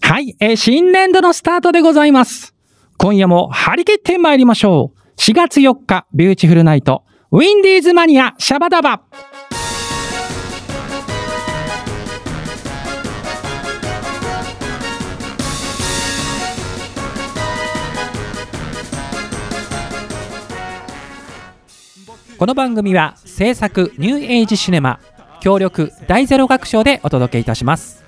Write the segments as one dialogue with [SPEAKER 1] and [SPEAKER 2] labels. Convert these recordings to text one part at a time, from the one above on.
[SPEAKER 1] はい、えー、新年度のスタートでございます。今夜も張り切って参りましょう。4月4日、ビューティフルナイト、ウィンディーズマニア、シャバダバ。この番組は制作ニューエイジシネマ協力大ゼロ学賞でお届けいたします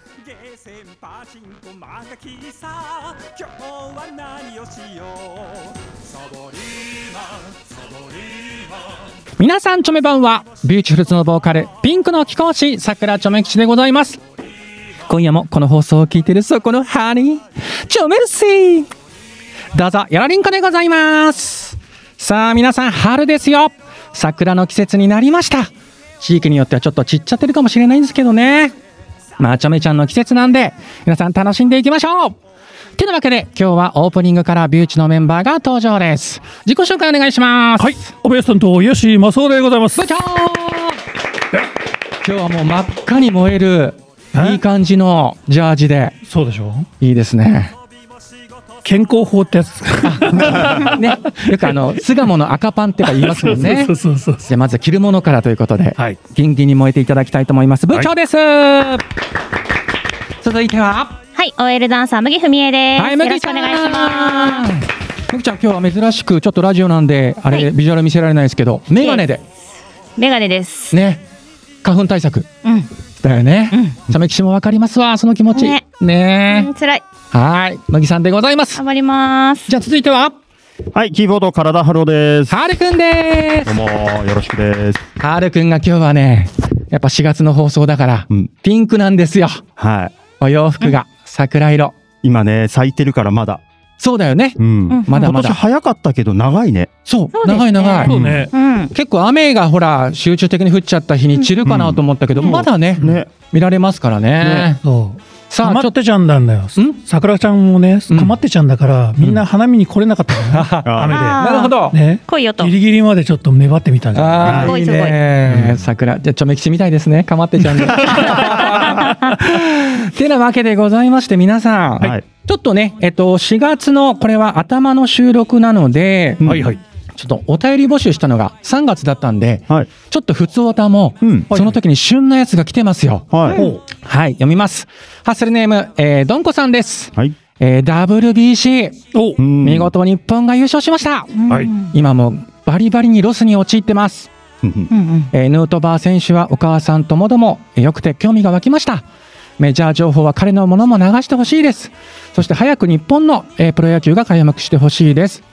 [SPEAKER 1] 皆さんチョメ版はビューティフルズのボーカルピンクの貴公子桜チョメ吉でございます今夜もこの放送を聞いてるそこのハニーチョメルシーどうぞよろりんこでございますさあ皆さん春ですよ桜の季節になりました地域によってはちょっと散っちゃってるかもしれないんですけどねまあちゃめちゃんの季節なんで皆さん楽しんでいきましょうてなわけで今日はオープニングからビューチのメンバーが登場です自己紹介お願いします
[SPEAKER 2] はいおべえさんと吉正夫でございます
[SPEAKER 1] 部長今日はもう真っ赤に燃えるいい感じのジャージで
[SPEAKER 2] そうでしょ
[SPEAKER 1] いいですね
[SPEAKER 2] 健康法ってやつ
[SPEAKER 1] ね、よくあの巣鴨の赤パンって言いますもん ね。じゃまず着るものからということで、はい、元気に燃えていただきたいと思います。部長です。はい、続いては、
[SPEAKER 3] はい、OL ダンサー麦文江です。はい、麦ちゃんお願いします。
[SPEAKER 1] 麦ちゃん今日は珍しくちょっとラジオなんであれ、ビジュアル見せられないですけど、メガネで。
[SPEAKER 3] メガネです。
[SPEAKER 1] ね、花粉対策。うん。だよね。うん、サメキシもわかりますわ、その気持ち。ね。ね
[SPEAKER 3] うん、辛い。
[SPEAKER 1] はい、麦さんでございます。
[SPEAKER 3] 頑張ります。
[SPEAKER 1] じゃあ続いては。
[SPEAKER 4] はい、キーボード体ハロです。
[SPEAKER 1] ハルくんです。
[SPEAKER 4] どうも、よろしくです。
[SPEAKER 1] ハルくんが今日はね、やっぱ4月の放送だから、うん、ピンクなんですよ。
[SPEAKER 4] はい。
[SPEAKER 1] お洋服が桜色。
[SPEAKER 4] 今ね、咲いてるからまだ。
[SPEAKER 1] そうだよね。
[SPEAKER 4] うん、まだまだ。早かったけど長いね。
[SPEAKER 1] そう、長い長い。そうね。結構雨がほら集中的に降っちゃった日に散るかなと思ったけど、まだね見られますからね。
[SPEAKER 2] そう。さあ、ちょっとちゃんなんだよ。桜ちゃんもね、かまってちゃんだから、みんな花見に来れなかった 雨で。
[SPEAKER 1] なるほど。
[SPEAKER 2] ね。
[SPEAKER 3] 来いよと。
[SPEAKER 2] ギリギリまでちょっと粘ってみたんじ
[SPEAKER 1] ゃない。ね。桜、じゃちょめきちみたいですね。かまってちゃ ん。てなわけでございまして、皆さん。はい。ちょっとね、えっと、4月のこれは頭の収録なので、
[SPEAKER 2] はいはい、
[SPEAKER 1] ちょっとお便り募集したのが3月だったんで、
[SPEAKER 4] はい、
[SPEAKER 1] ちょっと普通おたも、うん、その時に旬なやつが来てますよ。
[SPEAKER 4] はい、
[SPEAKER 1] はい、読みます。ハッスルネーム、えー、どんこさんです。
[SPEAKER 4] はい、
[SPEAKER 1] えー、WBC、お見事日本が優勝しました。
[SPEAKER 4] はい、
[SPEAKER 1] 今もバリバリにロスに陥ってます。えー、ヌートバー選手はお母さんともども、よくて興味が湧きました。メジャー情報は彼のものも流してほしいです。そして早く日本の、えー、プロ野球が開幕してほしいです。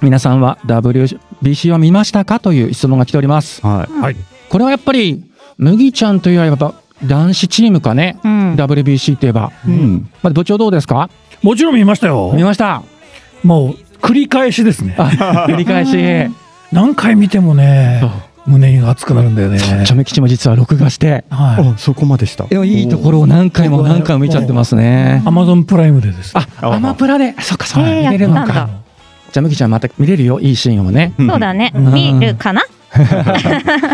[SPEAKER 1] 皆さんは WBC を見ましたかという質問が来ております。
[SPEAKER 4] はい。はい、
[SPEAKER 1] これはやっぱり、麦ちゃんというよりは男子チームかね、うん、WBC といえば。うん。まあ、部長どうですか
[SPEAKER 2] もちろん見ましたよ。
[SPEAKER 1] 見ました。
[SPEAKER 2] もう、繰り返しですね。
[SPEAKER 1] 繰り 返し。
[SPEAKER 2] 何回見てもね。胸が熱くなるんだよね。
[SPEAKER 1] チャメ吉も実は録画して、
[SPEAKER 4] はい、そこまでした。
[SPEAKER 1] いいところを何回も何回も見ちゃってますね。
[SPEAKER 2] アマゾンプライムでです。
[SPEAKER 1] あ、アマプラで、そっかそっか見れるのか。じゃあムキちゃんまた見れるよいいシーンをね。
[SPEAKER 3] そうだね。見るかな。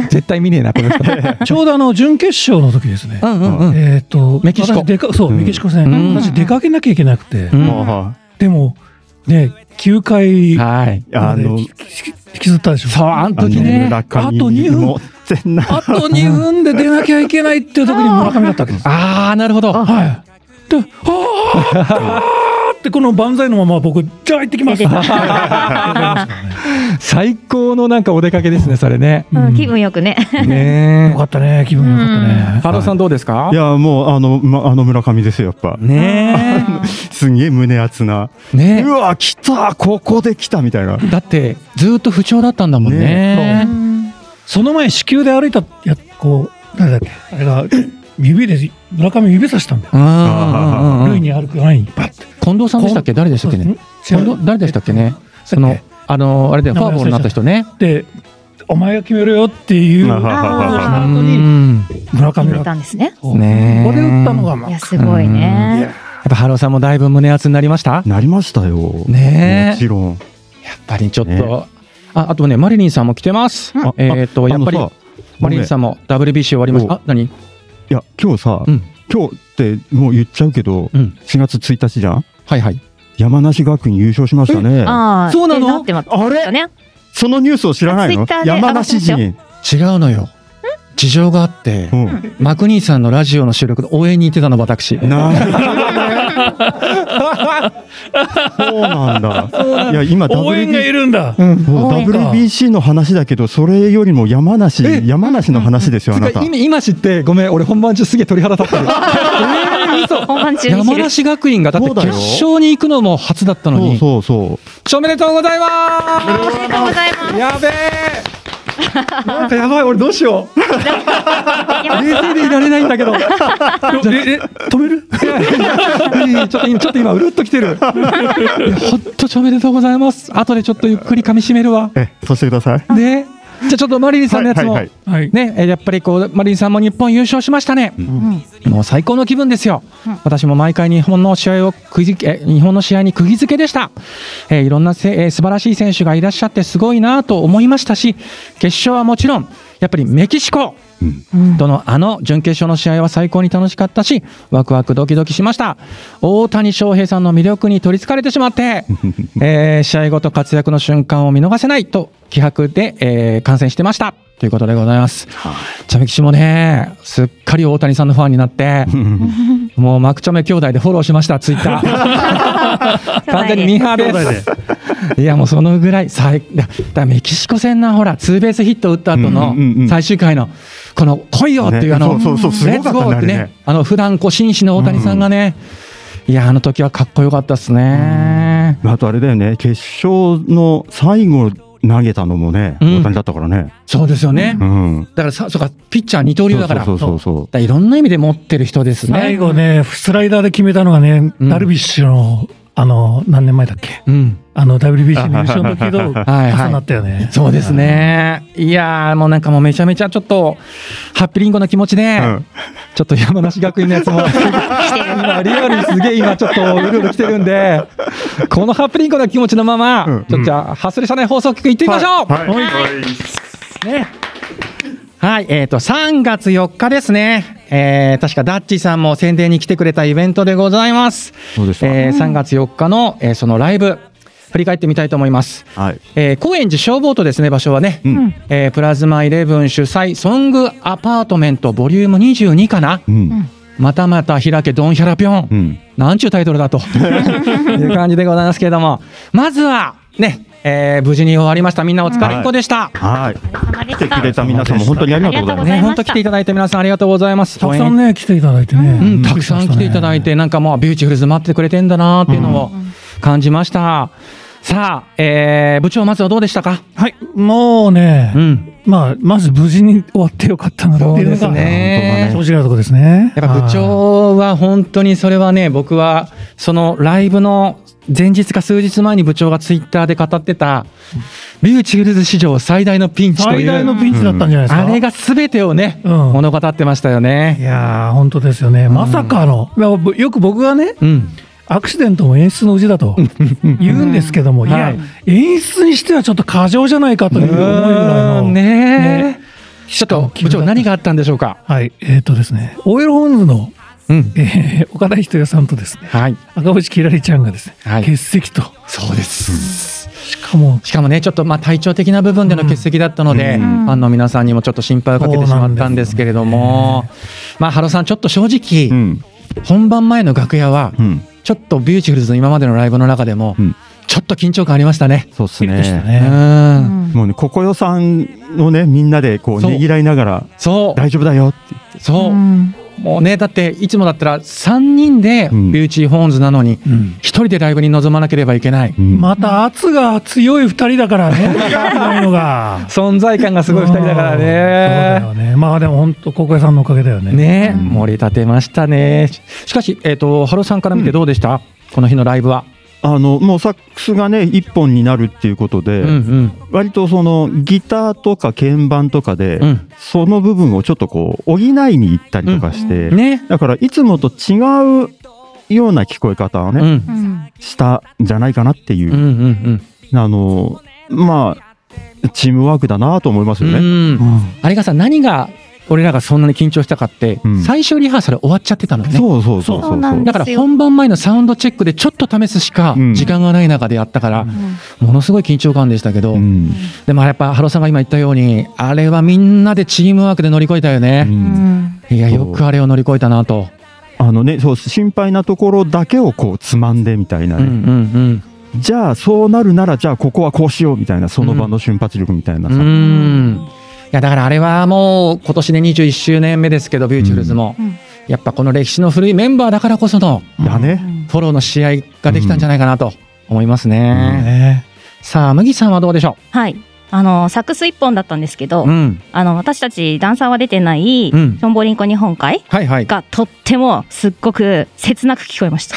[SPEAKER 1] 絶対見ねえなこの人。
[SPEAKER 2] ちょうどあの準決勝の時ですね。えっと
[SPEAKER 1] メキシコ
[SPEAKER 2] でかそうメキシコ戦私出かけなきゃいけなくて、でもね9回
[SPEAKER 1] はい、
[SPEAKER 2] あの引きずったでしょ。
[SPEAKER 1] そうあの時ね。
[SPEAKER 2] あと2分。あと2分で出なきゃいけないっていう時に村上だったわけです。
[SPEAKER 1] ああなるほど。
[SPEAKER 2] はい。で、はあってこの万歳のまま僕じゃあ行ってきます。
[SPEAKER 1] 最高のなんかお出かけですねそれね。
[SPEAKER 3] 気分よくね。
[SPEAKER 1] ね
[SPEAKER 2] よかったね気分よかったね。
[SPEAKER 1] ハロさんどうですか？
[SPEAKER 4] いやもうあのあの村上ですよやっぱ。
[SPEAKER 1] ね。
[SPEAKER 4] すげえ胸熱な。
[SPEAKER 1] ね。
[SPEAKER 4] うわ来たここで来たみたいな。
[SPEAKER 1] だってずっと不調だったんだもんね。
[SPEAKER 2] その前子宮で歩いたやこうなんだっけあ れが指で村上指さしたんだよ。塁に歩くラインバッて。
[SPEAKER 1] 近藤さんでしたっけ誰でしたっけね近藤誰でしたっけねそのあのあれでフォアボールになった人ね
[SPEAKER 2] でお前が決めろよっていうの後に村上
[SPEAKER 3] が打ったんですね
[SPEAKER 2] これ打ったのが
[SPEAKER 3] いやすごいねやっ
[SPEAKER 1] ぱハローさんもだいぶ胸熱になりました
[SPEAKER 4] なりましたよ
[SPEAKER 1] ね
[SPEAKER 4] もちろんやっ
[SPEAKER 1] ぱりちょっとああとねマリリンさんも来てますえっとやっぱりマリリンさんも WBC 終わりましたあ何
[SPEAKER 4] いや今日さ今日ってもう言っちゃうけど、
[SPEAKER 1] うん
[SPEAKER 4] 4月1日じゃん
[SPEAKER 1] はいはい。
[SPEAKER 4] 山梨学院優勝しましたね
[SPEAKER 3] ああ、
[SPEAKER 1] そうなの
[SPEAKER 3] ってってます
[SPEAKER 4] あ
[SPEAKER 3] よ
[SPEAKER 4] れ
[SPEAKER 3] ね。
[SPEAKER 4] そのニュースを知らない
[SPEAKER 3] あ
[SPEAKER 4] の
[SPEAKER 3] Twitter で
[SPEAKER 4] 山梨
[SPEAKER 3] 上
[SPEAKER 4] 人、
[SPEAKER 1] 違うのよ。事情があって
[SPEAKER 4] う、ん、
[SPEAKER 1] マクニーさんのラジオの収録で応援に行ってたの、私。
[SPEAKER 4] なそうなんだいや今
[SPEAKER 2] 応援がい
[SPEAKER 4] WB
[SPEAKER 2] るんだ。
[SPEAKER 4] うん
[SPEAKER 3] 応援
[SPEAKER 4] WBC の話だけどそれよりも山梨山梨の話ですよあなた
[SPEAKER 1] 今今知って、ごめん、俺本番中すげえ鳥肌立ってる。
[SPEAKER 3] 本番中に知
[SPEAKER 1] 山
[SPEAKER 3] る。
[SPEAKER 1] 梨学院がだって
[SPEAKER 4] そう
[SPEAKER 1] 決
[SPEAKER 4] だよ
[SPEAKER 1] 勝に行くのも初だったの
[SPEAKER 4] そう
[SPEAKER 1] に。
[SPEAKER 4] そうそう
[SPEAKER 1] おめでとうございま
[SPEAKER 3] おめでとうございます
[SPEAKER 1] す。やべえ。なんかやばい、俺どうしよう。冷静でいられないんだ けど。い
[SPEAKER 2] ええ止める
[SPEAKER 1] やいやいやちょっと今ちょっと今うるっときてる。いや本当おめでとうございます。後でちょっとゆっくり噛み締めるわ。
[SPEAKER 4] えそうしてください
[SPEAKER 1] ね。じゃあちょっとマリリンさんのやつも。
[SPEAKER 4] はいはい
[SPEAKER 2] はい。
[SPEAKER 1] ね、えーやっぱりこうマリンさんも日本優勝しましたね、もう最高の気分ですよ、
[SPEAKER 3] うん
[SPEAKER 1] 私も毎回日本の試合をくぎえー日本の試合に釘付けでした、えーいろんなせ、えー素晴らしい選手がいらっしゃってすごいなと思いましたし決勝はもちろんやっぱりメキシコ
[SPEAKER 3] うん
[SPEAKER 1] どのあの準決勝の試合は最高に楽しかったしワクワクドキドキしました大谷翔平さんの魅力に取りつかれてしま って、えー試合ごと活躍の瞬間を見逃せないと気迫で、えー観戦してましたということでございますチャメキシもねすっかり大谷さんのファンになってもうマクチャメ兄弟でフォローしましたツイッター 完全にミーハー
[SPEAKER 2] 兄弟
[SPEAKER 1] で
[SPEAKER 2] です
[SPEAKER 1] いやもうそのぐらい最だだからメキシコ戦なほらツーベースヒット打った後の
[SPEAKER 4] うんうんうん
[SPEAKER 1] 最終回のこの「来いよ!」っていう
[SPEAKER 4] ね
[SPEAKER 1] あの
[SPEAKER 4] そうそうそうす
[SPEAKER 1] レ
[SPEAKER 4] ご
[SPEAKER 1] ッツ
[SPEAKER 4] かっ
[SPEAKER 1] ゴーっ
[SPEAKER 4] たねあ
[SPEAKER 1] て
[SPEAKER 4] れ
[SPEAKER 1] ね
[SPEAKER 4] ね、
[SPEAKER 1] あの普段こう紳士の大谷さんがね、いや、あの時はかっこよかったですね。
[SPEAKER 4] あとあれだよね決勝の最後投げたのもね
[SPEAKER 1] うん
[SPEAKER 4] 大谷だったからね
[SPEAKER 1] そうですよね。
[SPEAKER 4] う
[SPEAKER 1] だ
[SPEAKER 4] ん
[SPEAKER 1] からさ、そうか、ピッチャー二刀流だから、
[SPEAKER 4] そうそうそう
[SPEAKER 1] だからいろんな意味で持ってる人です
[SPEAKER 2] 最
[SPEAKER 1] ね。
[SPEAKER 2] 後ね、スライダーで決めたのがね、
[SPEAKER 1] うん
[SPEAKER 2] ダルビッシュの、あの、何年前だっけ
[SPEAKER 1] うん、
[SPEAKER 2] あの、WBC の優勝の時と重
[SPEAKER 1] はいはい
[SPEAKER 2] なったよね。
[SPEAKER 1] そうですね。いやー、もうなんかもうめちゃめちゃちょっと、ハッピーリンゴの気持ちで、
[SPEAKER 4] うん
[SPEAKER 1] ちょっと山梨学院のや つも、今、リアルにすげえ今、ちょっとうるうる来てるんで、このハッピーリンゴの気持ちのまま、
[SPEAKER 4] うん
[SPEAKER 1] ちょっとじゃあ、ハッスル社内放送局行ってみましょう、
[SPEAKER 4] はいはい
[SPEAKER 1] はい、えっ、と、3月4日ですね。えー、確かダッチさんも宣伝に来てくれたイベントでございます。
[SPEAKER 4] そうでした
[SPEAKER 1] えー、3月4日の、えーそのライブ、振り返ってみたいと思います。
[SPEAKER 4] はい
[SPEAKER 1] えー、高円寺消防とですね、場所はね、
[SPEAKER 4] うん
[SPEAKER 1] えープラズマイレブン主催ソングアパートメントボリューム22かな、
[SPEAKER 4] うん
[SPEAKER 1] またまた開けドンヒャラピョン、
[SPEAKER 4] うん
[SPEAKER 1] なんちゅうタイトル だという感じでございますけれども、まずはね、えー無事に終わりました。みんなお疲れっ子でした。
[SPEAKER 4] はい
[SPEAKER 3] お疲れ様で
[SPEAKER 4] 来て
[SPEAKER 3] した
[SPEAKER 4] くれた皆さんも本当にありがとうございます
[SPEAKER 1] ね、本当来ていただいて皆さんありがとうございます。
[SPEAKER 2] たくさんね、来ていただいてね。
[SPEAKER 1] うん、たくさん来ていただいて、なんかもうビューティフルズ待っててくれてんだなっていうのを感じました。さあ、えー、部長松はどうでしたか。
[SPEAKER 2] はい、もうね、
[SPEAKER 1] うん、
[SPEAKER 2] まあ、まず無事に終わってよかったなっていうのが
[SPEAKER 1] そうですね
[SPEAKER 2] 正直なとこですね。
[SPEAKER 1] やっぱ部長は本当にそれはね、僕はそのライブの前日か数日前に部長がツイッターで語ってた、ビューティフルズ史上最大のピンチと
[SPEAKER 2] 最
[SPEAKER 1] い
[SPEAKER 2] 大
[SPEAKER 1] う、
[SPEAKER 2] のピンチだったんじゃないですか。
[SPEAKER 1] あれが全てをね、
[SPEAKER 2] うん
[SPEAKER 1] 物語ってましたよ
[SPEAKER 2] い
[SPEAKER 1] ね。
[SPEAKER 2] やー、本当ですよね。まさかの、まあぼよく僕がね、
[SPEAKER 1] うん、
[SPEAKER 2] アクシデントも演出のうち だと言うんですけども、い
[SPEAKER 1] は
[SPEAKER 2] や
[SPEAKER 1] い、
[SPEAKER 2] 演出にしてはちょっと過剰じゃないかという思いぐらいの。
[SPEAKER 1] ねえ。ちょっと部長何があったんでしょうか。
[SPEAKER 2] はい、えっ、とですね、オエルホーンズの、
[SPEAKER 1] うん、
[SPEAKER 2] えー岡田仁代さんとですね、
[SPEAKER 1] はい、
[SPEAKER 2] 赤星きらりちゃんがですね、
[SPEAKER 1] はい
[SPEAKER 2] 欠席と。
[SPEAKER 1] そうです。
[SPEAKER 2] しかも、
[SPEAKER 1] しかもね、ちょっとまあ体調的な部分での欠席だったので、
[SPEAKER 4] うん
[SPEAKER 1] ファンの皆さんにもちょっと心配をかけてしまったんですけれども、まあ、ハロさん、ちょっと正
[SPEAKER 4] う
[SPEAKER 1] 直、
[SPEAKER 4] ん
[SPEAKER 1] 本番前の楽屋は、
[SPEAKER 4] うん
[SPEAKER 1] ちょっとビューティフルズの今までのライブの中でも
[SPEAKER 4] う、ん
[SPEAKER 1] ちょっと緊張感ありましたね。
[SPEAKER 4] そうっす
[SPEAKER 2] でした
[SPEAKER 4] ね
[SPEAKER 1] う
[SPEAKER 2] ね。
[SPEAKER 1] ん、
[SPEAKER 4] もうねここよさんをねみんなでこう
[SPEAKER 1] そう
[SPEAKER 4] ねぎらいながら
[SPEAKER 1] そ
[SPEAKER 4] 大丈夫だよって
[SPEAKER 1] う、そう、もうね、だっていつもだったら3人で
[SPEAKER 4] うん
[SPEAKER 1] ビューティーホーンズなのに、
[SPEAKER 2] うん
[SPEAKER 1] 1人でライブに臨まなければいけない。
[SPEAKER 4] うん
[SPEAKER 2] また圧が強い2人だからね、ないのが。
[SPEAKER 1] 存在感がすごい2人だからね。
[SPEAKER 2] うんそうだよね。まあでも本当、高校屋さんのおかげだよね。
[SPEAKER 1] ね、
[SPEAKER 4] うん
[SPEAKER 1] 盛り立てましたね。しかし、えっ、と、ハロさんから見てどうでした、この日のライブは。
[SPEAKER 4] あのもうサックスがね一本になるっていうことで、
[SPEAKER 1] うん
[SPEAKER 4] 割とそのギターとか鍵盤とかで、
[SPEAKER 1] うん
[SPEAKER 4] その部分をちょっとこう補いに行ったりとかして、
[SPEAKER 1] うん。ね。
[SPEAKER 4] だからいつもと違うような聞こえ方を
[SPEAKER 1] う
[SPEAKER 4] ね、
[SPEAKER 1] ん。
[SPEAKER 4] したんじゃないかなっていう
[SPEAKER 1] うんう、んうん
[SPEAKER 4] あのまあチームワークだなと思います
[SPEAKER 1] う
[SPEAKER 4] よね。
[SPEAKER 1] ん。
[SPEAKER 4] うん
[SPEAKER 1] あれがさ、何が俺らがそんなに緊張したかって、
[SPEAKER 4] うん
[SPEAKER 1] 最終リハーサル終わっちゃってたのね
[SPEAKER 4] そうそうそう
[SPEAKER 3] そうなん
[SPEAKER 1] だから本番前のサウンドチェックでちょっと試すしか
[SPEAKER 4] うん
[SPEAKER 1] 時間がない中でやったから、ものすごい緊張感でしたけど、
[SPEAKER 4] うん
[SPEAKER 1] でもやっぱハロさんが今言ったようにあれはみんなでチームワークで乗り越えたよ
[SPEAKER 4] う
[SPEAKER 1] ね、
[SPEAKER 4] ん
[SPEAKER 1] いやよくあれを乗り越えたなと、
[SPEAKER 4] あのね、そう心配なところだけをこうつまんでみたいな、
[SPEAKER 1] うんうん
[SPEAKER 4] じゃあそうなるならじゃあここはこうしようみたいなその場の瞬発力みたいな
[SPEAKER 1] うんう
[SPEAKER 4] さ、
[SPEAKER 1] んいやだからあれはもう今年で21周年目ですけどビューチフルズも、
[SPEAKER 3] うんうん
[SPEAKER 1] やっぱこの歴史の古いメンバーだからこその
[SPEAKER 4] だね、
[SPEAKER 1] フォローの試合ができたんじゃないかなと思いますね、
[SPEAKER 2] ね
[SPEAKER 1] さあ麦さんはどうでしょ
[SPEAKER 3] はい。あの、サックス一本だったんですけど
[SPEAKER 1] う、うん
[SPEAKER 3] あの、私たちダンサーは出てない、シ
[SPEAKER 1] うん
[SPEAKER 3] ョンボリンコ日本会
[SPEAKER 1] はいはい
[SPEAKER 3] がとってもすっごく切なく聞こえました。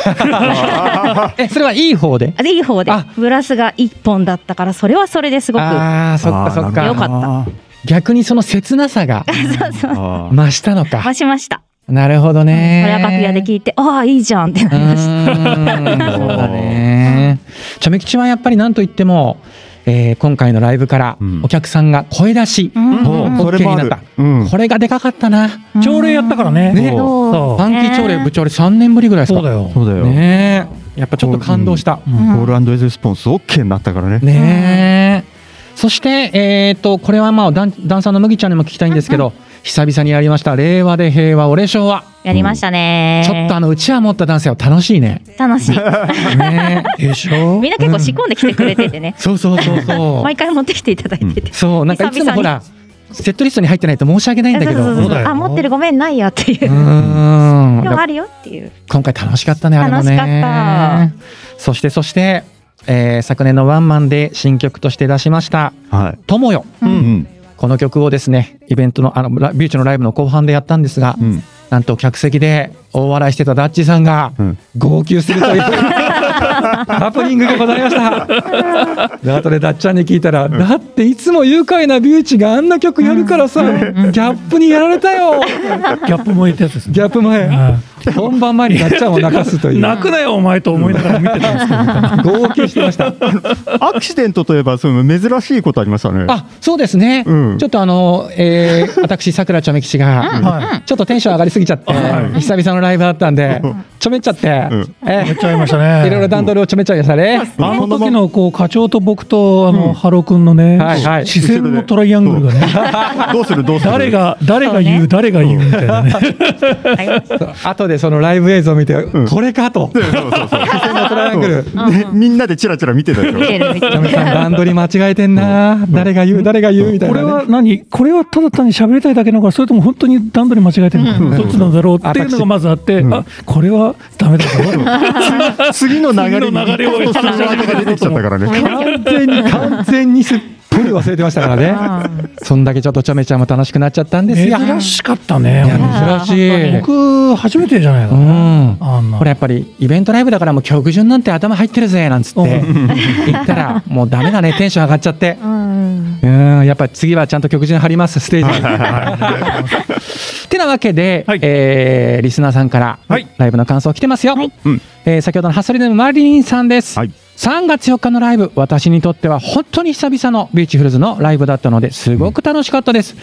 [SPEAKER 1] えそれはいい方で
[SPEAKER 3] で、いい方で
[SPEAKER 1] あ、
[SPEAKER 3] ブラスが一本だったから、それはそれですごく。
[SPEAKER 1] ああそっかそっ
[SPEAKER 3] あーなるほどよか
[SPEAKER 1] か
[SPEAKER 3] っ
[SPEAKER 1] 逆にその切なさが
[SPEAKER 3] そうそう。
[SPEAKER 4] あー
[SPEAKER 1] 増したのか
[SPEAKER 3] 増しました。
[SPEAKER 1] なるほど
[SPEAKER 3] こ
[SPEAKER 1] ね
[SPEAKER 3] れは楽屋で聞いて、ああ、いいじゃんってなりました。
[SPEAKER 1] うーんそうだね。チョメ吉はやっぱり何と言っても、えー今回のライブから
[SPEAKER 4] うん
[SPEAKER 1] お客さんが声出し、
[SPEAKER 3] うん
[SPEAKER 4] そう
[SPEAKER 1] うん
[SPEAKER 4] それもあ
[SPEAKER 1] OK に
[SPEAKER 4] る
[SPEAKER 1] なっ、
[SPEAKER 4] うん
[SPEAKER 1] これがでかかったな。フ
[SPEAKER 2] え朝礼やったからね。
[SPEAKER 4] ね
[SPEAKER 3] そう
[SPEAKER 2] そ
[SPEAKER 1] ァンキー朝礼部長で3年ぶりぐらいですか。
[SPEAKER 2] そうだ よ。
[SPEAKER 4] そうだよ、
[SPEAKER 1] ねえやっぱちょっと感動した。
[SPEAKER 2] うん
[SPEAKER 4] コールアンドレスポンス OK になったからね
[SPEAKER 1] ねえ。そして、えっと、これはまあ、ダンダンサーの麦ちゃんにも聞きたいんですけど、久々にやりました、令和で平和、俺昭和。
[SPEAKER 3] やりましたね。
[SPEAKER 1] ちょっとあの、うちわ持った男性は楽しい ね。
[SPEAKER 3] 楽しい。
[SPEAKER 1] ねえ。
[SPEAKER 2] でしょ
[SPEAKER 3] みんな結構仕込んできてくれててね。
[SPEAKER 1] そうそうそうそう。
[SPEAKER 3] 毎回持ってきていただいてて。
[SPEAKER 1] そう、なんかいつも
[SPEAKER 3] 久々に
[SPEAKER 1] ほら、セットリストに入ってないと申し訳ないんだけど。
[SPEAKER 3] そうう
[SPEAKER 1] ー
[SPEAKER 3] そ
[SPEAKER 1] ん
[SPEAKER 3] うそ
[SPEAKER 2] そ
[SPEAKER 3] う
[SPEAKER 2] うだよ
[SPEAKER 3] あ、持ってるごめんないやっていう。でもあるよっていう。
[SPEAKER 1] 今回楽しかったね、あれもね。
[SPEAKER 3] 楽しかっ
[SPEAKER 1] そして、そして、えー昨年のワンマンで新曲として出しました、
[SPEAKER 4] はい、
[SPEAKER 1] 友よ。
[SPEAKER 4] うん
[SPEAKER 1] この曲をですね、イベントの、あの、ラビューチのライブの後半でやったんですが、
[SPEAKER 4] うんうん
[SPEAKER 1] なんと客席で大笑いしてたダッチさんが
[SPEAKER 4] うん
[SPEAKER 1] 号泣すると いうハプニングがございました。で後でダッチさんに聞いたら、だっていつも愉快なビューチがあんな曲やるからさ、ギャップにやられたよ。
[SPEAKER 2] ギャップ燃えたやつですね。
[SPEAKER 1] ギャップ前、
[SPEAKER 2] う
[SPEAKER 1] 本番前にダッチさんを泣かすとい
[SPEAKER 2] ん
[SPEAKER 1] う。
[SPEAKER 2] 泣くなよお前と思いながら見てたんですけど。
[SPEAKER 1] 号泣してました。
[SPEAKER 4] アクシデントといえばその珍しいことありましたね
[SPEAKER 1] あ、そうですね。
[SPEAKER 4] うん
[SPEAKER 1] ちょっとあの、え ー、私さくらちょめきちが、
[SPEAKER 2] は
[SPEAKER 1] ちょっとテンション上がりすぎちゃって、
[SPEAKER 2] は
[SPEAKER 1] 久々のライブだったんで、ちょめっちゃって、
[SPEAKER 4] うん
[SPEAKER 1] え
[SPEAKER 2] い。ちゃいましたね。
[SPEAKER 1] いろいろ段取りをちょめちゃいましたね。
[SPEAKER 2] あの時
[SPEAKER 4] ま
[SPEAKER 2] のこう課長と僕とあの、ハロ君のね、
[SPEAKER 1] はいはい
[SPEAKER 2] 視線のトライアングルがね、
[SPEAKER 4] どうするどうする
[SPEAKER 2] 誰が誰が言う、
[SPEAKER 3] そうね
[SPEAKER 2] 誰が言うみたいなね。
[SPEAKER 1] 後でそのライブ映像見て、
[SPEAKER 4] ん
[SPEAKER 1] これかと。
[SPEAKER 4] そうそうそうそう
[SPEAKER 1] そのトライアングル。
[SPEAKER 4] でみんなでチラチラ見てたでしょ
[SPEAKER 3] 見てる見て
[SPEAKER 1] ジャム
[SPEAKER 3] る。
[SPEAKER 1] さん段取り間違えてんな。誰が言う、誰が言うみたい
[SPEAKER 2] こ
[SPEAKER 1] なね。
[SPEAKER 2] れは何これはただ単に喋りたいだけなのかそれとも本当に段取り間違えてるのか、どっちなんだろうっていうのがまずあって、あこれはダメだな
[SPEAKER 4] 次の流
[SPEAKER 2] 次
[SPEAKER 4] れに
[SPEAKER 2] の流れを
[SPEAKER 4] そう数字が出てきちゃったからね
[SPEAKER 1] 完全に、完全にすっぽり忘れてましたからね。そんだけちょっとちょめちゃんも楽しくなっちゃったんですよ。
[SPEAKER 2] 珍しかったね
[SPEAKER 1] いや珍しい。う
[SPEAKER 2] 僕初めてじゃないの、
[SPEAKER 1] ん。
[SPEAKER 2] あんな
[SPEAKER 1] これやっぱりイベントライブだからもう曲順なんて頭入ってるぜなんつって言ったらもうダメだねテンション上がっちゃって
[SPEAKER 3] うん。
[SPEAKER 1] うんやっぱ次はちゃんと曲順張りますステージ に。てなわけで、
[SPEAKER 2] はい
[SPEAKER 1] えーリスナーさんから、
[SPEAKER 2] はい
[SPEAKER 1] ライブの感想来てますよ、
[SPEAKER 3] はい
[SPEAKER 4] うん
[SPEAKER 1] えー先ほどのハッソリネームマリリンさんです、
[SPEAKER 4] はい
[SPEAKER 1] 3月4日のライブ私にとっては本当に久々のビーチフルズのライブだったのですごく楽しかったです、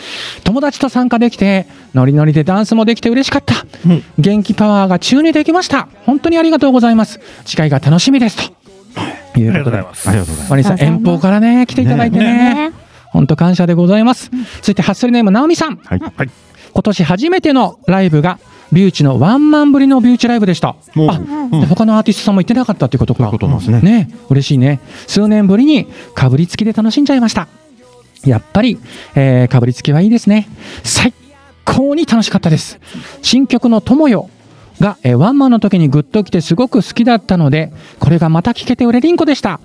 [SPEAKER 1] 友達と参加できてノリノリでダンスもできて嬉しかった、
[SPEAKER 2] うん
[SPEAKER 1] 元気パワーが注入できました本当にありがとうございます次回が楽しみですということで
[SPEAKER 4] ありがとうございます
[SPEAKER 1] マリンさん遠
[SPEAKER 3] ありがとうございます
[SPEAKER 1] 方からね来ていただいてね
[SPEAKER 3] ね
[SPEAKER 1] 本当感謝でございます。続いて、ハッスルネーム、ナオミさん。
[SPEAKER 4] はいはい
[SPEAKER 1] 今年初めてのライブが、ビューチのワンマンぶりのビューチライブでした。
[SPEAKER 4] もう
[SPEAKER 1] あ、
[SPEAKER 4] うん
[SPEAKER 1] で他のアーティストさんも行ってなかったってことか。
[SPEAKER 4] そういうことなんですね
[SPEAKER 1] ね、嬉しいね。数年ぶりにかぶりつきで楽しんじゃいました。やっぱり、えーかぶりつきはいいですね。最高に楽しかったです。新曲の友よ。が、えーワンマンの時にグッときてすごく好きだったので、これがまた聴けてうれりんこでした。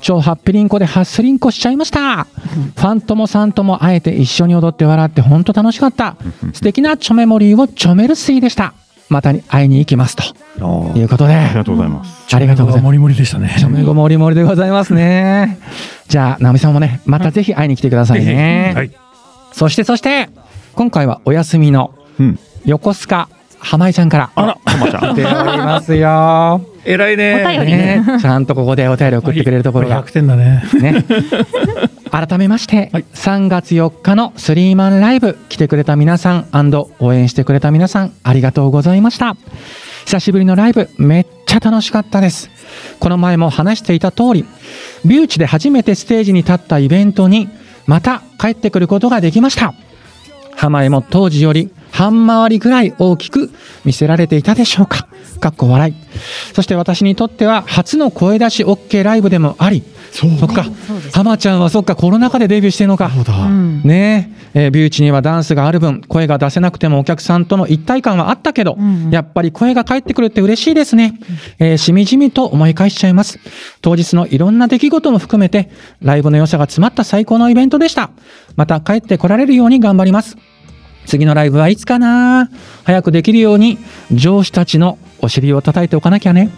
[SPEAKER 1] 超ハッピリンコでハッスリンコしちゃいました。ファンともさんとも会えて一緒に踊って笑って本当楽しかった。素敵なチョメモリーをチョメルスイでした。またに会いに行きます。と
[SPEAKER 4] あ
[SPEAKER 1] いうことで、
[SPEAKER 4] ありがとうございます
[SPEAKER 1] ありがとうございます
[SPEAKER 2] モリモリでしたね
[SPEAKER 1] ちょめごもりもりでございますね。じゃあ、直美さんもね、またぜひ会いに来てくださいね。
[SPEAKER 2] はい
[SPEAKER 1] そして、そして、今回はお休みの
[SPEAKER 4] うん
[SPEAKER 1] 横須賀浜井ちゃんから
[SPEAKER 2] あら
[SPEAKER 4] とまちゃ
[SPEAKER 1] 来
[SPEAKER 4] ん
[SPEAKER 1] ておりますよ。
[SPEAKER 2] 偉いね
[SPEAKER 3] お便り
[SPEAKER 1] ね、ちゃんとここでお便り送ってくれるところが
[SPEAKER 2] 100点だね
[SPEAKER 1] ね。改めまして、
[SPEAKER 2] はい
[SPEAKER 1] 3月4日のスリーマンライブ来てくれた皆さん応援してくれた皆さんありがとうございました久しぶりのライブめっちゃ楽しかったですこの前も話していた通りビューチで初めてステージに立ったイベントにまた帰ってくることができました浜江も当時より半回りくらい大きく見せられていたでしょうか。かっこ笑い。そして私にとっては初の声出し OK ライブでもあり、
[SPEAKER 4] そう
[SPEAKER 1] そっか、浜ちゃんはそっか、コロナ禍でデビューしてるのか。
[SPEAKER 4] そうだ。
[SPEAKER 5] うん
[SPEAKER 1] ねええービューチにはダンスがある分声が出せなくてもお客さんとの一体感はあったけど、
[SPEAKER 5] うんうん
[SPEAKER 1] やっぱり声が返ってくるって嬉しいですね、えーしみじみと思い返しちゃいます当日のいろんな出来事も含めてライブの良さが詰まった最高のイベントでしたまた帰ってこられるように頑張ります次のライブはいつかな早くできるように上司たちのお尻を叩いておかなきゃね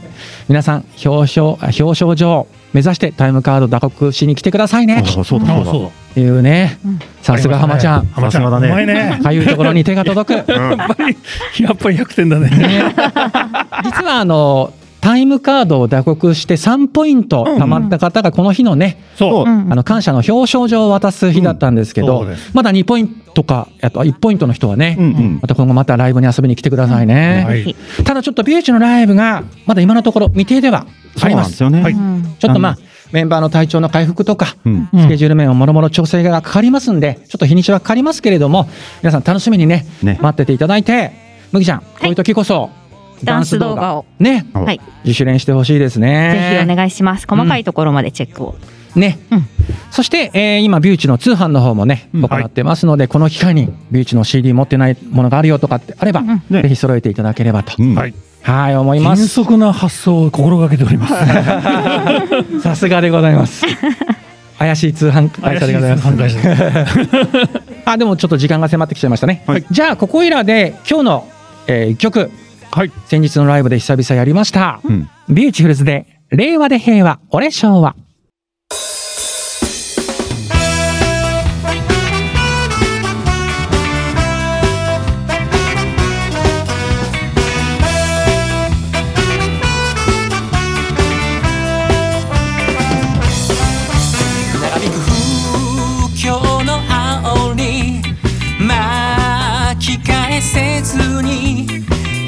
[SPEAKER 1] 皆さん表彰表彰状を目指してタイムカード打刻しに来てくださいね
[SPEAKER 4] あそうだ
[SPEAKER 2] あ
[SPEAKER 4] そ
[SPEAKER 2] あ
[SPEAKER 4] うだ。
[SPEAKER 2] そう
[SPEAKER 1] というねさすが浜ちゃん
[SPEAKER 2] 浜ちゃん
[SPEAKER 4] さすがだね
[SPEAKER 2] うまいね。
[SPEAKER 1] かゆいところに手が 届く。
[SPEAKER 2] やっぱりやっぱり100点だね。
[SPEAKER 1] ね実はあのタイムカードを打刻して3ポイント
[SPEAKER 2] うん
[SPEAKER 1] 貯まった方がこの日のね、
[SPEAKER 2] そう
[SPEAKER 1] あ
[SPEAKER 4] う。
[SPEAKER 1] の感謝の表彰状を渡す日だったんですけど、
[SPEAKER 4] うんそうです
[SPEAKER 1] まだ2ポイントかあと1ポイントの人はね、
[SPEAKER 4] うんうん
[SPEAKER 1] ま。た今後またライブに遊びに来てくださいね、
[SPEAKER 2] はい
[SPEAKER 1] ただちょっとビューチのライブがまだ今のところ未定ではあ
[SPEAKER 4] そ
[SPEAKER 1] り
[SPEAKER 4] う
[SPEAKER 1] ま
[SPEAKER 4] なん
[SPEAKER 1] す
[SPEAKER 4] ですよね。
[SPEAKER 2] はい
[SPEAKER 1] ちょっとまあメンバーの体調の回復とか、
[SPEAKER 4] うん。
[SPEAKER 5] うん
[SPEAKER 1] スケジュール面をもろもろ調整がかかりますんで、ちょっと日にちはかかりますけれども、皆さん楽しみにね、
[SPEAKER 4] ね
[SPEAKER 1] 待ってていただいて、麦ちゃん、こういう時こそ、
[SPEAKER 3] ダンス動画を。
[SPEAKER 1] ね、
[SPEAKER 4] あ
[SPEAKER 3] はい。
[SPEAKER 1] 自主練してほしいですね。
[SPEAKER 3] ぜひお願いします。細かいところまでチェックを。
[SPEAKER 1] ね、
[SPEAKER 3] うん
[SPEAKER 1] そして、えー今ビューチの通販の方もね
[SPEAKER 4] うん
[SPEAKER 1] 行ってますので、この機会にビューチの CD 持ってないものがあるよとかってあれば、
[SPEAKER 3] うんうん
[SPEAKER 4] ね
[SPEAKER 1] ぜひ揃えていただければと、
[SPEAKER 4] うん。
[SPEAKER 2] はい。
[SPEAKER 1] はい思いま
[SPEAKER 2] 迅
[SPEAKER 1] す。
[SPEAKER 2] 速な発想を心がけております。
[SPEAKER 1] さすがでござい ます。怪しい通販会社でございます。
[SPEAKER 2] 怪しいですね反対者
[SPEAKER 1] あでもちょっと時間が迫ってきちゃいましたね、
[SPEAKER 4] はい
[SPEAKER 1] じゃあここいらで今日の、えー一曲、
[SPEAKER 2] はい
[SPEAKER 1] 先日のライブで久々やりました、
[SPEAKER 4] うん
[SPEAKER 1] ビューティフルズで令和で平和俺昭和
[SPEAKER 6] 長引く風景の青に巻き返せずに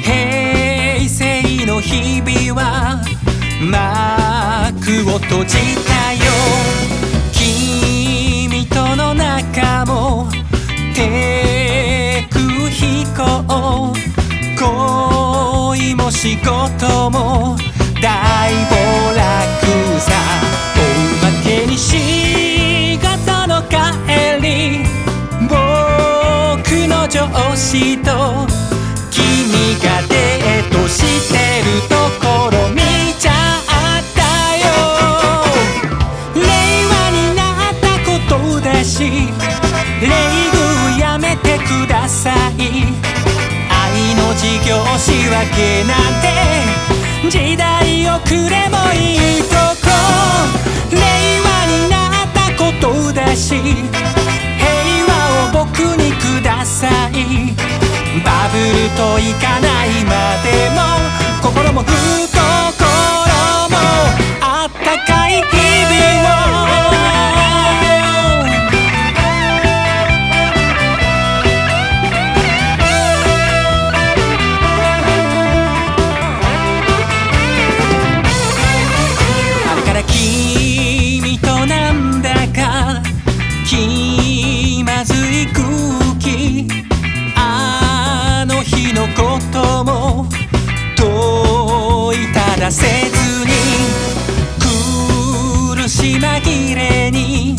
[SPEAKER 6] 平成の日々は幕を閉じたよ君との中も低空飛行恋も仕事も大暴落さおまけに仕事の帰り僕の上司と君がデートしてるところ見ちゃったよ令和になったことだし礼遇やめてください愛の事業仕分けなんて時代遅れもいいとこ令和になったことだし平和を僕にくださいバブルといかないまでも心も不心もあったかい日々をあれから君となんだか気まずい空気あの日のことも問いただせずに苦し紛れに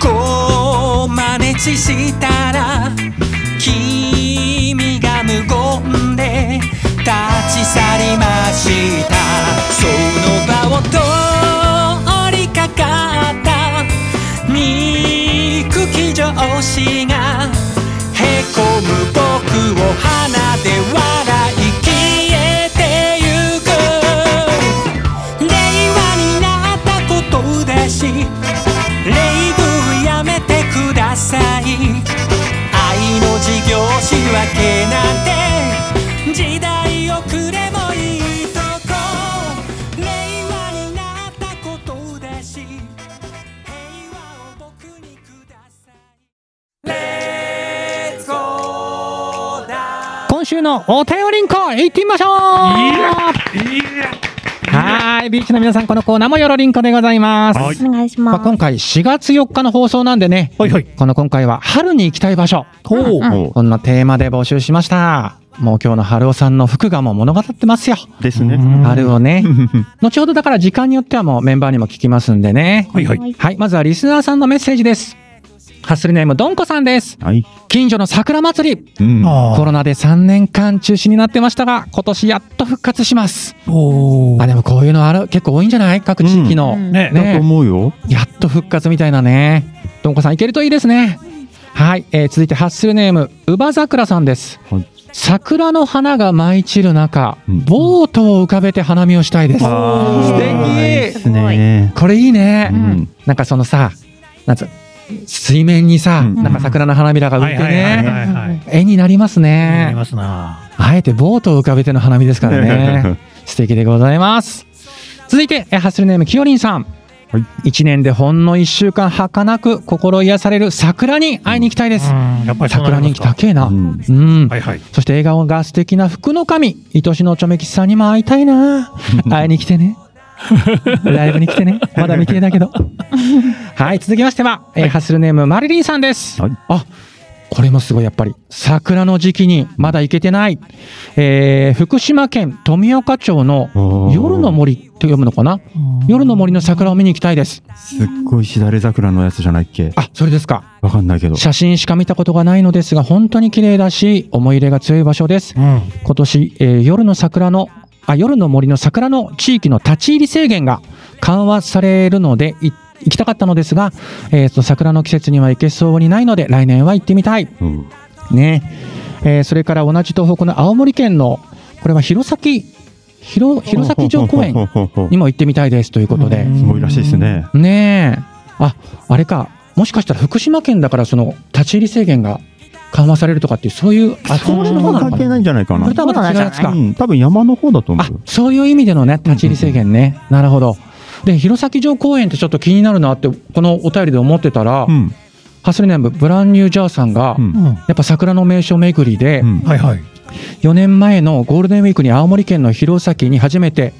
[SPEAKER 6] こう真似したら君が無言で立ち去りましたその場を通りかかった憎き上司がへこむ僕を鼻で笑い消えてゆく令和になったことだし礼遇やめてください愛の事業仕分けなんて時代遅れもいいとこ令和になったことだし平和を僕に
[SPEAKER 1] のお便りんこ行ってみましょうはい、ビーチの皆さん、このコーナーもよろりんこでございます。
[SPEAKER 4] はい
[SPEAKER 3] お願いし
[SPEAKER 1] まあ、
[SPEAKER 3] ます。
[SPEAKER 1] 今回4月4日の放送なんでね、
[SPEAKER 2] はいはい。
[SPEAKER 1] この今回は春に行きたい場所。
[SPEAKER 2] ほう。
[SPEAKER 4] も
[SPEAKER 1] こんなテーマで募集しました。もう今日の春尾さんの服がもう物語ってますよ。
[SPEAKER 4] うですね。
[SPEAKER 1] 春をね。
[SPEAKER 4] は
[SPEAKER 1] 後ほどだから時間によってはもうメンバーにも聞きますんでね。
[SPEAKER 2] はいはい。
[SPEAKER 3] はい
[SPEAKER 1] はい、まずはリスナーさんのメッセージです。ハッスルネームどんこさんです。
[SPEAKER 4] い。
[SPEAKER 1] 近所の桜祭り。
[SPEAKER 4] うん。
[SPEAKER 2] あ
[SPEAKER 1] コロナで3年間中止になってましたが、今年やっと復活します。
[SPEAKER 2] あ。お
[SPEAKER 1] あ、
[SPEAKER 2] ー
[SPEAKER 1] でもこういうのある、結構多いんじゃない各地域の。
[SPEAKER 3] うん
[SPEAKER 2] ね。
[SPEAKER 4] だと
[SPEAKER 1] ね
[SPEAKER 4] 思うよ。
[SPEAKER 1] やっと復活みたいなね。どんこさん、いけるといいですね。はい、えー続いてハッスルネーム、うばざくらさんです。
[SPEAKER 4] はい
[SPEAKER 1] 桜の花が舞い散る中、
[SPEAKER 4] うん
[SPEAKER 1] ボートを浮かべて花見をしたいです。
[SPEAKER 4] あ
[SPEAKER 1] 素
[SPEAKER 4] ーいい
[SPEAKER 1] 敵
[SPEAKER 4] ですね。
[SPEAKER 1] これいいね。
[SPEAKER 4] うん
[SPEAKER 1] なんかそのさ、なんつう水面にさ、
[SPEAKER 4] うん
[SPEAKER 1] なんか桜の花びらが浮
[SPEAKER 2] はい
[SPEAKER 1] いて
[SPEAKER 2] はいはい
[SPEAKER 1] ね。
[SPEAKER 2] はいはい。
[SPEAKER 1] 絵になります
[SPEAKER 2] あり
[SPEAKER 1] ね。
[SPEAKER 2] ますな。
[SPEAKER 1] あえてボートを浮かべての花見ですから ね。素敵でございます。続いて、えハッスルネームきよりんさん。
[SPEAKER 4] はい
[SPEAKER 1] 一年でほんの一週間儚く心癒される桜に会いに行きたいです。
[SPEAKER 2] うんやっぱりそうな
[SPEAKER 1] 桜
[SPEAKER 2] りま
[SPEAKER 1] 人
[SPEAKER 2] す
[SPEAKER 1] 気
[SPEAKER 2] か
[SPEAKER 1] 高えな。
[SPEAKER 4] う
[SPEAKER 1] うんん。
[SPEAKER 2] はいはい。
[SPEAKER 1] そして笑顔が素敵な福の神、愛しのちょめきさんにも会いたい な。会いに来てね。ライブに来てね。まだ未定だけど。 はい、続きましては、えーハッスルネーム、マリリンさんです。
[SPEAKER 4] はい
[SPEAKER 1] あ、これもすごい、やっぱり。桜の時期にまだ行けてない。えー福島県富岡町の
[SPEAKER 4] おー
[SPEAKER 1] 夜の森と読むのかな夜の森の桜を見に行きたいです。
[SPEAKER 4] すっごいしだれ桜のやつじゃないっけ
[SPEAKER 1] あ、それですか。
[SPEAKER 4] わかんないけど。
[SPEAKER 1] 写真しか見たことがないのですが、本当に綺麗だし、思い入れが強い場所です。
[SPEAKER 2] うん。
[SPEAKER 1] 今年、えー夜の桜のあ夜の森の桜の地域の立ち入り制限が緩和されるのでい行きたかったのですが、えーと桜の季節には行けそうにないので来年は行ってみたい
[SPEAKER 4] うん
[SPEAKER 1] ね、えーそれから同じ東北の青森県のこれは弘前弘弘前城公 園にも行ってみたいですということで
[SPEAKER 4] すごいらしいですね。
[SPEAKER 1] ねえああれかもしかしたら福島県だからその立ち入り制限が緩和されるとかっていうそういうあっち
[SPEAKER 4] そ
[SPEAKER 1] の
[SPEAKER 4] んな
[SPEAKER 1] 方な
[SPEAKER 4] の
[SPEAKER 1] の
[SPEAKER 4] 関
[SPEAKER 1] か
[SPEAKER 4] 係
[SPEAKER 1] な
[SPEAKER 4] ないんじゃないか
[SPEAKER 1] こ
[SPEAKER 4] な
[SPEAKER 1] れ。多分違うやつか
[SPEAKER 4] うん、多分山の方だと思
[SPEAKER 1] あ
[SPEAKER 4] う。
[SPEAKER 1] そういう意味でのね立ち入り制限ね、なるほどで弘前城公園ってちょっと気になるなってこのお便りで思ってたら、
[SPEAKER 4] うん、
[SPEAKER 1] ハスリネームブランニュージャーさんが、
[SPEAKER 4] うん、
[SPEAKER 2] うん。
[SPEAKER 1] やっぱ桜の名所巡りで、
[SPEAKER 4] うん
[SPEAKER 2] はいはい。
[SPEAKER 1] 4年前のゴールデンウィークに青森県の弘前に初めて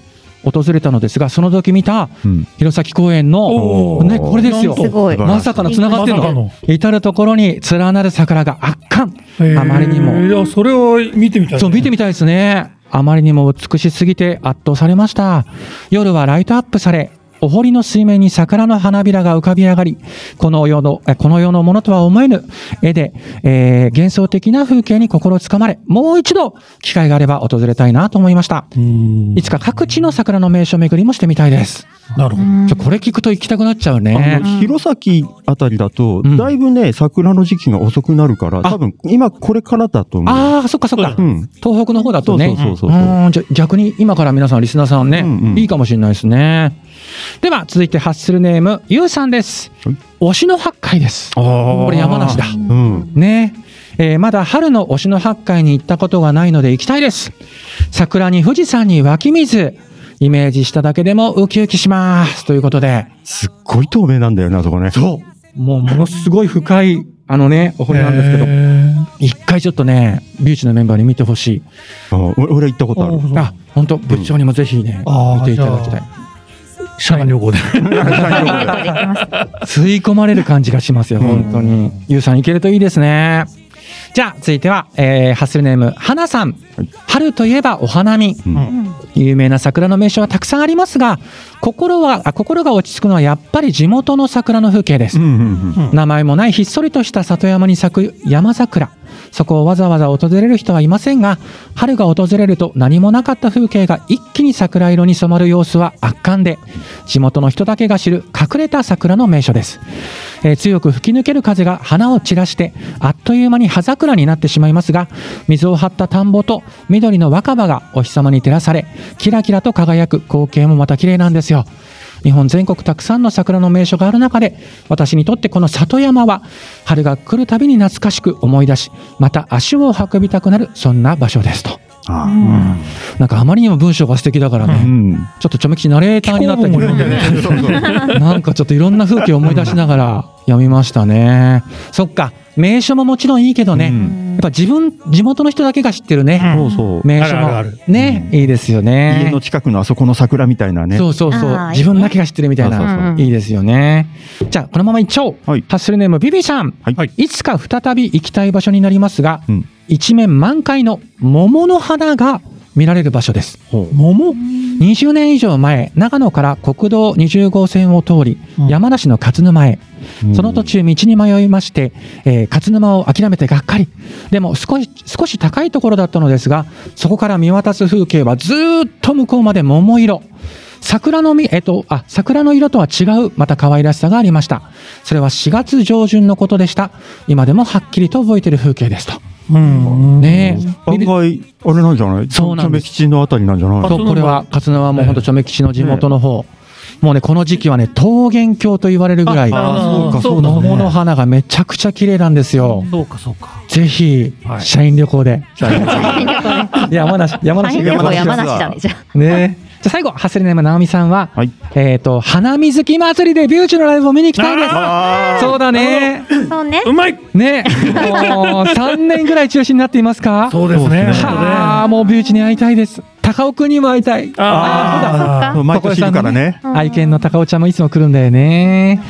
[SPEAKER 1] 訪れたのですがその時見た
[SPEAKER 4] うん。
[SPEAKER 1] 弘前公園の、
[SPEAKER 2] おー
[SPEAKER 1] ね、これですよ
[SPEAKER 2] なんとす
[SPEAKER 3] ごい
[SPEAKER 1] まさかの繋がってる
[SPEAKER 2] まさか
[SPEAKER 1] の
[SPEAKER 2] の
[SPEAKER 1] 至る所に連なる桜が圧巻あまりにも
[SPEAKER 2] えーいや、それを見てみたいね。
[SPEAKER 1] そう見てみたいですね。あまりにも美しすぎて圧倒されました。夜はライトアップされ、お堀の水面に桜の花びらが浮かび上がり、この世の、えこの世のものとは思えぬ絵で、えー幻想的な風景に心つかまれ、もう一度機会があれば訪れたいなと思いました。
[SPEAKER 2] うん。
[SPEAKER 1] いつか各地の桜の名所巡りもしてみたいです。
[SPEAKER 2] なるほど。
[SPEAKER 1] ちょこれ聞くと行きたくなっちゃう
[SPEAKER 4] あ
[SPEAKER 1] ね。
[SPEAKER 4] の弘前あたりだと、
[SPEAKER 1] うん
[SPEAKER 4] だいぶね、桜の時期が遅くなるから、
[SPEAKER 1] あ
[SPEAKER 4] 多分今これからだと思う。
[SPEAKER 1] ああー、そっかそっか。
[SPEAKER 4] うん、
[SPEAKER 1] 東北の方だとね。
[SPEAKER 4] そうそうそうそう
[SPEAKER 1] うんじゃ逆に今から皆さんリスナーさんね、
[SPEAKER 4] うんうん
[SPEAKER 1] いいかもしれないですねでは続いてハッスルネームゆうさんです
[SPEAKER 4] はい
[SPEAKER 1] 推しの八海です
[SPEAKER 4] こ
[SPEAKER 1] これ山梨だ
[SPEAKER 4] うん。
[SPEAKER 1] ねえーまだ春の推しの八海に行ったことがないので行きたいです桜に富士山に湧き水イメージしただけでもウキウキしますということです
[SPEAKER 4] っごい透明なんだよな、そこね。
[SPEAKER 1] うもうものすごい深いあのねお堀なんですけど、
[SPEAKER 2] ど。
[SPEAKER 1] 一回ちょっとねビューチのメンバーに見てほしい
[SPEAKER 4] あー俺俺行ったことある。
[SPEAKER 1] あ本当部長にもぜひね、
[SPEAKER 2] あー
[SPEAKER 1] 見ていただきたい
[SPEAKER 2] 社内旅行で。
[SPEAKER 1] 吸い込まれる感じがしますよ、
[SPEAKER 4] うん
[SPEAKER 1] 本当に。ゆうさん、いけるといいですね。じゃあ、続いては、えーハッスルネーム、花さん。春といえばお花見。
[SPEAKER 4] うん
[SPEAKER 1] 有名な桜の名所はたくさんありますが、心は、あ心が落ち着くのはやっぱり地元の桜の風景です
[SPEAKER 4] う。んうんうん。
[SPEAKER 1] 名前もないひっそりとした里山に咲く山桜そこをわざわざ訪れる人はいませんが春が訪れると何もなかった風景が一気に桜色に染まる様子は圧巻で地元の人だけが知る隠れた桜の名所です、えー強く吹き抜ける風が花を散らしてあっという間に葉桜になってしまいますが水を張った田んぼと緑の若葉がお日様に照らされキラキラと輝く光景もまた綺麗なんですよ日本全国たくさんの桜の名所がある中で私にとってこの里山は春が来るたびに懐かしく思い出しまた足を運びたくなるそんな場所ですと
[SPEAKER 4] あ
[SPEAKER 1] なんかあまりにも文章が素敵だからね、
[SPEAKER 4] ーうん。
[SPEAKER 1] ちょっとちょめきちナレーターになった気
[SPEAKER 2] 気候も
[SPEAKER 1] 分
[SPEAKER 2] ね
[SPEAKER 1] なんかちょっといろんな風景を思い出しながら読みましたねそっか名所ももちろんいいけどね、
[SPEAKER 4] うん
[SPEAKER 1] やっぱ自分地元の人だけが知ってるね、
[SPEAKER 4] そうそう。
[SPEAKER 1] 名所も
[SPEAKER 2] あるあるあ
[SPEAKER 1] ね、いいですよね
[SPEAKER 4] 家の近くのあそこの桜みたいなね。
[SPEAKER 1] そうそうそう
[SPEAKER 3] あー
[SPEAKER 1] 自分だけが知ってるみたいな
[SPEAKER 4] そうそう
[SPEAKER 3] そう
[SPEAKER 1] いいですよねじゃあこのままいっちゃおう、
[SPEAKER 4] はい
[SPEAKER 1] ハッスルネームビビさん、
[SPEAKER 4] はい
[SPEAKER 1] い、つか再び行きたい場所になりますが、
[SPEAKER 4] うん
[SPEAKER 1] 一面満開の桃の花が見られる場所です
[SPEAKER 2] 桃
[SPEAKER 1] 20年以上前長野から国道20号線を通り、
[SPEAKER 2] うん
[SPEAKER 1] 山梨の勝沼へ
[SPEAKER 4] うん
[SPEAKER 1] その途中道に迷いまして、えー勝沼を諦めてがっかりでも少し少し高いところだったのですがそこから見渡す風景はずーっと向こうまで桃色桜のみ、えっと、あ、桜の色とは違う、また可愛らしさがありました。それは4月上旬のことでした。今でもはっきりと覚えてる風景ですと。
[SPEAKER 2] うん
[SPEAKER 1] ねえ。
[SPEAKER 4] 案外、あれなんじゃない
[SPEAKER 1] そうなんです
[SPEAKER 4] チョメ吉のあたりなんじゃない
[SPEAKER 1] そう、これは、勝沼はもう本当、チョメ吉の地元の方。もうね、この時期はね、桃源郷と言われるぐらい、
[SPEAKER 2] あ
[SPEAKER 4] ああ、そうか、
[SPEAKER 2] そ
[SPEAKER 4] そうう
[SPEAKER 2] だ
[SPEAKER 4] だ
[SPEAKER 2] ね
[SPEAKER 1] 桃の
[SPEAKER 4] ね。
[SPEAKER 1] 花がめちゃくちゃ綺麗なんですよ。
[SPEAKER 2] そうかそうか。
[SPEAKER 1] ぜひ、
[SPEAKER 2] はい
[SPEAKER 1] 社員旅行 で。
[SPEAKER 3] 山
[SPEAKER 1] 山梨、山梨、
[SPEAKER 3] 梨
[SPEAKER 4] 山梨
[SPEAKER 3] 山梨だね、じゃあ。
[SPEAKER 1] ねえ。じゃあ最後、ハセリネーム直美さんは、
[SPEAKER 4] はい。
[SPEAKER 1] えっ、と、花水木祭りでビューチのライブを見に行きたいです。
[SPEAKER 4] あ
[SPEAKER 1] そうだね。
[SPEAKER 3] そうね。
[SPEAKER 2] うまい。
[SPEAKER 1] ねえ。 もう、3年ぐらい中止になっていますか
[SPEAKER 2] そうですね。
[SPEAKER 4] そうですね
[SPEAKER 1] はあ、もうビューチに会いたいです。高尾くんにも会いたい。
[SPEAKER 4] あそう毎年いるからね。
[SPEAKER 1] 愛犬の高尾ちゃんもいつも来るんだよね。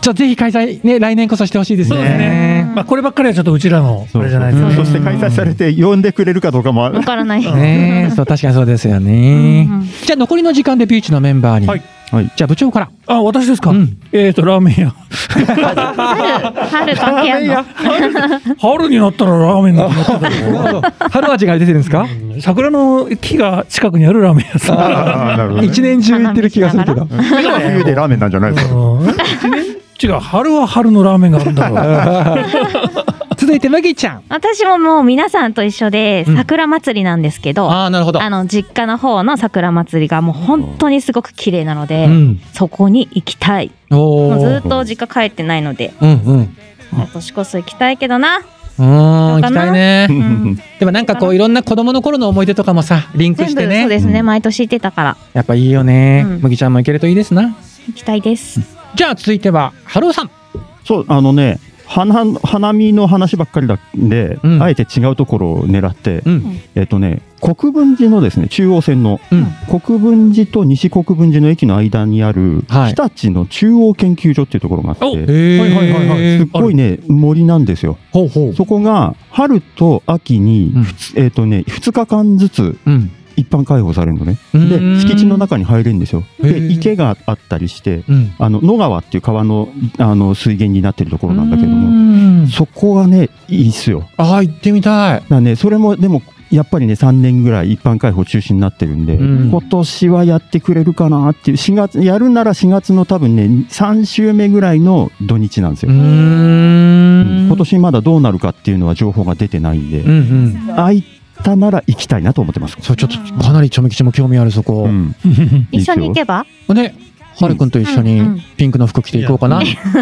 [SPEAKER 1] じゃあぜひ開催ね、来年こそしてほしいですよ
[SPEAKER 2] そうです
[SPEAKER 1] ね。
[SPEAKER 2] まあこればっかりはちょっとうちらのこれじゃないです
[SPEAKER 1] う
[SPEAKER 2] ね。
[SPEAKER 1] ん
[SPEAKER 4] そして開催されて呼んでくれるかどうかもあ
[SPEAKER 3] わからない。
[SPEAKER 1] ねえそう、確かにそうですよね
[SPEAKER 3] うんうん。
[SPEAKER 1] じゃあ残りの時間でビューチのメンバーに。
[SPEAKER 2] はい
[SPEAKER 4] はい。
[SPEAKER 1] じゃあ部長から。
[SPEAKER 2] あ、私ですか。
[SPEAKER 1] うん
[SPEAKER 2] えっとラーメン 屋。
[SPEAKER 3] 春、春関係あるの。
[SPEAKER 2] 春になったらラーメンになってたけど。
[SPEAKER 1] 春味が出てるんですか
[SPEAKER 2] 桜の木が近くにあるラーメン屋さん。
[SPEAKER 4] ああ、なるほどね。
[SPEAKER 1] 一年中行ってる気がするけど。
[SPEAKER 4] 冬でラーメンなんじゃないですか。
[SPEAKER 2] うん違う春は春のラーメンがあるんだ ろう。
[SPEAKER 1] 続いて麦ちゃん。
[SPEAKER 3] 私ももう皆さんと一緒で桜祭りなんですけど、
[SPEAKER 1] ああ、なるほど。
[SPEAKER 3] あの実家の方の桜祭りがもう本当にすごく綺麗なので、
[SPEAKER 1] うん。
[SPEAKER 3] そこに行きたい。もうず
[SPEAKER 1] お
[SPEAKER 3] っ
[SPEAKER 1] ー。
[SPEAKER 3] と実家帰ってないので、
[SPEAKER 1] うんうん。う
[SPEAKER 3] 年こそ行きたいけどな。
[SPEAKER 1] ーん、行きたいね
[SPEAKER 4] う。ん
[SPEAKER 3] うん
[SPEAKER 1] でもなんかこういろんな子供の頃の思い出とかもさ、リンク
[SPEAKER 3] 全
[SPEAKER 1] し
[SPEAKER 3] 部
[SPEAKER 1] て
[SPEAKER 3] そう
[SPEAKER 1] ね。
[SPEAKER 3] ですね、毎年行ってたから
[SPEAKER 1] やっぱいいよね
[SPEAKER 3] う。ん
[SPEAKER 1] 麦ちゃんも行けるといいですな。
[SPEAKER 3] 行きたいです。
[SPEAKER 1] じゃあ続いては、春尾さん。
[SPEAKER 4] そう、あのね、花の、花見の話ばっかりだんで、
[SPEAKER 1] うん
[SPEAKER 4] あえて違うところを狙って
[SPEAKER 1] う、ん。
[SPEAKER 4] えっとね、国分寺のですね、中央線の、
[SPEAKER 1] うん。
[SPEAKER 4] 国分寺と西国分寺の駅の間にある、
[SPEAKER 1] はい
[SPEAKER 4] 日立の中央研究所っていうところがあって、
[SPEAKER 2] お
[SPEAKER 1] へー
[SPEAKER 2] はいはいはいはい
[SPEAKER 4] すっごいね、森なんですよ。
[SPEAKER 1] ほうほう。
[SPEAKER 4] そこが春と秋に、
[SPEAKER 1] うん
[SPEAKER 4] ふつえっ、とね、2日間ずつ
[SPEAKER 1] うん。
[SPEAKER 4] 一般開放されるのね。
[SPEAKER 1] うーん
[SPEAKER 4] で、敷地の中に入れるんですよ。
[SPEAKER 1] へ
[SPEAKER 4] で、
[SPEAKER 1] ー
[SPEAKER 4] 池があったりして、
[SPEAKER 1] うん。
[SPEAKER 4] あの野川っていう川のあの水源になってるところなんだけども、
[SPEAKER 1] も
[SPEAKER 4] そこがね、いいっすよ。だか
[SPEAKER 1] ああ、行ってみたい。
[SPEAKER 4] らね、それも、でも、やっぱりね、3年ぐらい一般開放中止になってるんで、
[SPEAKER 1] うん
[SPEAKER 4] 今年はやってくれるかなっていう、4月、やるなら4月の多分ね、3週目ぐらいの土日なんです
[SPEAKER 1] うー
[SPEAKER 4] よ。うん
[SPEAKER 1] ん。
[SPEAKER 4] 今。年まだどうなるかっていうのは情報が出てないんで、
[SPEAKER 1] うんうん。
[SPEAKER 4] 空いたなら行きたいなと思ってます。
[SPEAKER 1] そう、ちょっとかなりちょめきちも興味ある、そこ
[SPEAKER 4] う。ん、
[SPEAKER 3] 一緒に行けば
[SPEAKER 1] ね、はるくんと一緒
[SPEAKER 3] う
[SPEAKER 1] に
[SPEAKER 3] ん
[SPEAKER 1] ピンクの服着ていこうかな。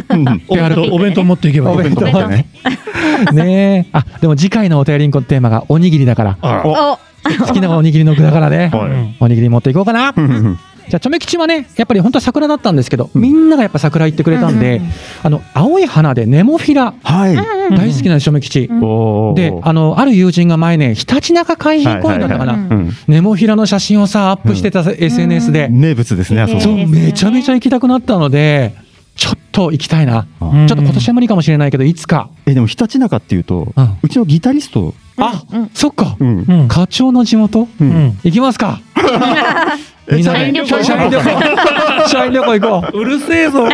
[SPEAKER 4] うん
[SPEAKER 2] お弁当お弁当持っていけばいい。
[SPEAKER 1] お弁当
[SPEAKER 4] だね。
[SPEAKER 1] ねえ。あ、でも次回のお便りんこのテーマがおにぎりだ から。
[SPEAKER 4] あ
[SPEAKER 3] お
[SPEAKER 4] お
[SPEAKER 1] 好きなおにぎりの具だから ね。
[SPEAKER 2] う
[SPEAKER 4] は
[SPEAKER 2] ん
[SPEAKER 1] おにぎり持っていこうかな。
[SPEAKER 4] い。うん
[SPEAKER 1] じゃあ、チョメ吉はね、やっぱり本当は桜だったんですけど、みんながやっぱ桜行ってくれたんで、
[SPEAKER 3] うんうん
[SPEAKER 1] あの、青い花でネモフィラ、
[SPEAKER 4] はい。
[SPEAKER 3] うん
[SPEAKER 1] 大好きなんです、チョメ吉。
[SPEAKER 4] おー
[SPEAKER 1] で、あの、ある友人が前ね、ひたちなか海浜公園だったか
[SPEAKER 3] はいはい
[SPEAKER 1] な
[SPEAKER 3] は。
[SPEAKER 4] うん
[SPEAKER 1] ネモフィラの写真をさ、アップしてた SNS で、
[SPEAKER 4] 名物ですね、あそ
[SPEAKER 1] そう
[SPEAKER 4] こ。
[SPEAKER 3] いいですね
[SPEAKER 1] めちゃめちゃ行きたくなったので、ちょっと行きたいな。
[SPEAKER 4] あ
[SPEAKER 2] うん
[SPEAKER 1] ちょっと今年は無理かもしれないけど、いつか。
[SPEAKER 4] え、でも、ひたちなかっていうと
[SPEAKER 1] うん、
[SPEAKER 4] うちのギタリスト、
[SPEAKER 1] あ、
[SPEAKER 3] うん
[SPEAKER 1] そっか。
[SPEAKER 4] うん
[SPEAKER 2] うん
[SPEAKER 1] 課長の地元
[SPEAKER 2] う
[SPEAKER 4] う
[SPEAKER 2] んん。
[SPEAKER 1] 行きますか。
[SPEAKER 4] え
[SPEAKER 1] みんな
[SPEAKER 3] 社員
[SPEAKER 1] で。
[SPEAKER 3] 旅行
[SPEAKER 1] 社員旅行。社員旅行行こう。
[SPEAKER 2] うるせえぞ。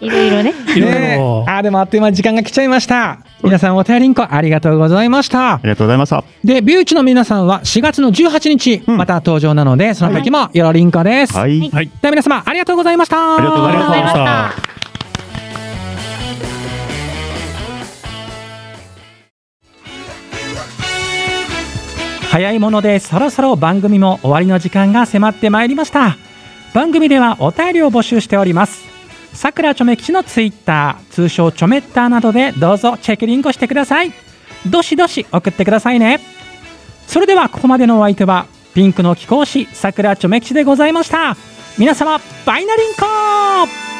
[SPEAKER 3] いろいろね。
[SPEAKER 2] いろい
[SPEAKER 1] ねえ
[SPEAKER 2] ろ。
[SPEAKER 1] あーでもあっという間に時間が来ちゃいました皆さんお手りんこありがとうございました
[SPEAKER 4] ありがとうございました。
[SPEAKER 1] でビューチの皆さんは4月の18日、
[SPEAKER 4] うん
[SPEAKER 1] また登場なのでその時もよろりんこです、
[SPEAKER 4] はい。あり
[SPEAKER 2] はい。
[SPEAKER 1] では皆様ありがとうございました
[SPEAKER 4] がとうございまし
[SPEAKER 2] ありが
[SPEAKER 4] た
[SPEAKER 2] とうございま。した。
[SPEAKER 1] 早いものでそろそろ番組も終わりの時間が迫ってまいりました番組ではお便りを募集しておりますさくらちょめ吉のツイッター通称ちょめッターなどでどうぞチェックリンクしてくださいどしどし送ってくださいねそれではここまでのお相手はピンクの貴公子さくらちょめ吉でございました皆様バイナリンコ